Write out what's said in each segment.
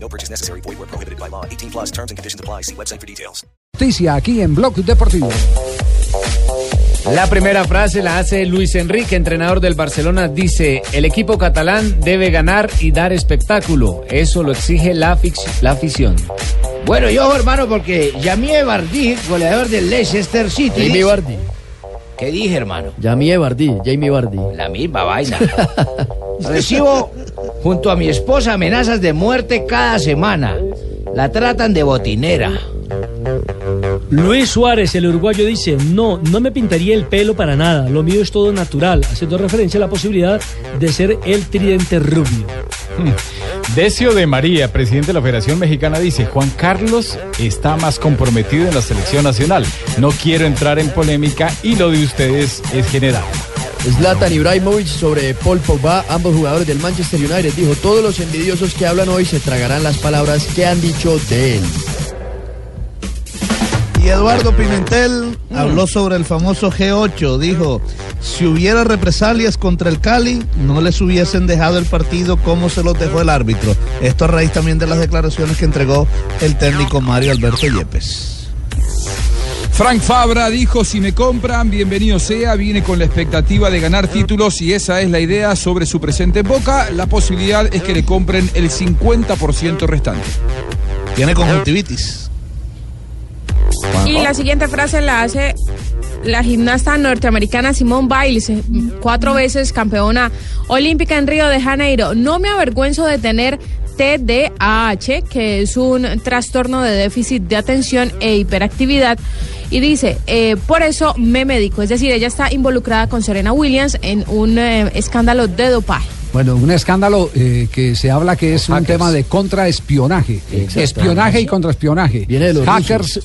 No purchase necessary. Void where prohibited by law. 18 plus terms and conditions apply. See website for details. Noticia aquí en Blog Deportivo. La primera frase la hace Luis Enrique, entrenador del Barcelona. Dice, el equipo catalán debe ganar y dar espectáculo. Eso lo exige la, afic- la afición. Bueno, yo, hermano, porque Jamie Bardi, goleador del Leicester City. Jamie Bardi. ¿Qué dije, hermano? Jamie Bardi, Jamie Bardi. La misma vaina. Recibo junto a mi esposa amenazas de muerte cada semana. La tratan de botinera. Luis Suárez, el uruguayo, dice, no, no me pintaría el pelo para nada, lo mío es todo natural, haciendo referencia a la posibilidad de ser el tridente rubio. Decio de María, presidente de la Federación Mexicana, dice, Juan Carlos está más comprometido en la selección nacional. No quiero entrar en polémica y lo de ustedes es general. Zlatan Ibrahimovic sobre Paul Pogba, ambos jugadores del Manchester United, dijo, todos los envidiosos que hablan hoy se tragarán las palabras que han dicho de él. Y Eduardo Pimentel habló sobre el famoso G8. Dijo, si hubiera represalias contra el Cali, no les hubiesen dejado el partido como se los dejó el árbitro. Esto a raíz también de las declaraciones que entregó el técnico Mario Alberto Yepes. Frank Fabra dijo, si me compran, bienvenido sea, viene con la expectativa de ganar títulos y esa es la idea sobre su presente en Boca. La posibilidad es que le compren el 50% restante. Tiene conjuntivitis. Y la siguiente frase la hace la gimnasta norteamericana Simone Biles, eh, cuatro veces campeona olímpica en Río de Janeiro. No me avergüenzo de tener TDAH, que es un trastorno de déficit de atención e hiperactividad. Y dice, eh, por eso me medico. Es decir, ella está involucrada con Serena Williams en un eh, escándalo de dopaje. Bueno, un escándalo eh, que se habla que es un tema de contraespionaje. Exacto. Espionaje y contraespionaje. Viene de los Hackers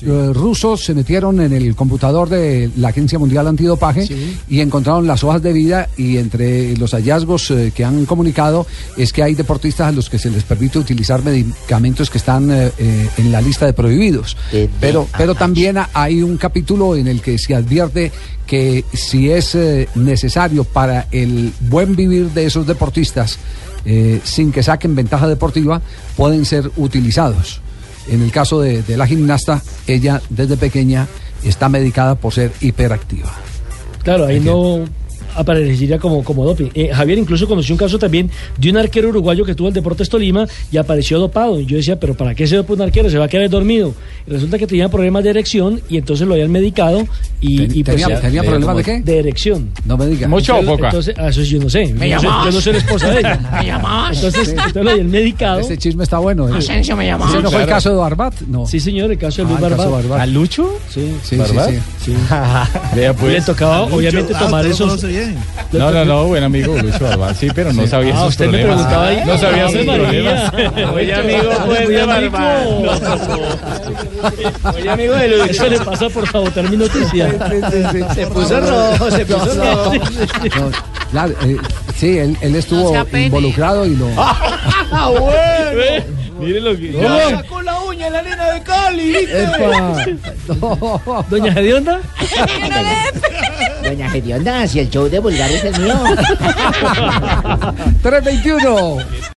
rusos, sí. eh, rusos se metieron en el computador de la Agencia Mundial Antidopaje Sí. y encontraron las hojas de vida y entre los hallazgos eh, que han comunicado es que hay deportistas a los que se les permite utilizar medicamentos que están eh, eh, en la lista de prohibidos. Pero, pero también ha- hay un capítulo en el que se advierte que si es eh, necesario para el buen vivir de esos deportistas, eh, sin que saquen ventaja deportiva, pueden ser utilizados. En el caso de, de la gimnasta, ella desde pequeña está medicada por ser hiperactiva. Claro, ahí no aparecería como, como doping. Eh, Javier incluso conoció un caso también de un arquero uruguayo que tuvo el Deportes Tolima y apareció dopado. Y yo decía, pero ¿para qué se dopa un arquero? Se va a quedar dormido. Y resulta que tenía problemas de erección y entonces lo habían medicado y... Ten- y pues tenía- tenía problemas como de qué? De erección. No me digan. Mucho o Entonces- poca. Entonces, ah, eso sí, yo no sé. ¿Me yo, no soy- llamás? yo no soy la esposa de ella. ¿Me llamás? Entonces, entonces lo habían medicado. Este chisme está bueno. ¿eh? ¿Ese Asensio, ¿me llamás? no fue el caso de Barbat? No. Sí, señor, el caso de Luis Ah, el caso Barba. Barbat. Lucho? Sí, Sí, sí, ¿Barbat? sí. sí. Vea Le pues. tocaba, obviamente, Ah, tomar usted lo esos... conoce bien. le No, no, to- no, buen amigo Lucho Barba. Sí, pero no sabía Ah, sus usted me problemas. preguntaba ahí. No sabía Ave sus María. problemas. Oye, amigo, pues, de Oye, amigo de Luis. Eso le pasa por sabotar mi noticia. Se puso rojo, se puso rojo. No, claro, eh, sí, él, él No estuvo sea pene. involucrado y lo... ¡Ah, bueno! Eh, Mire lo que. Sacó la uña la nena de Cali. ¡Epa! No. Doña Gedionda. Doña Gedionda, si el show de vulgares es el mío. 321.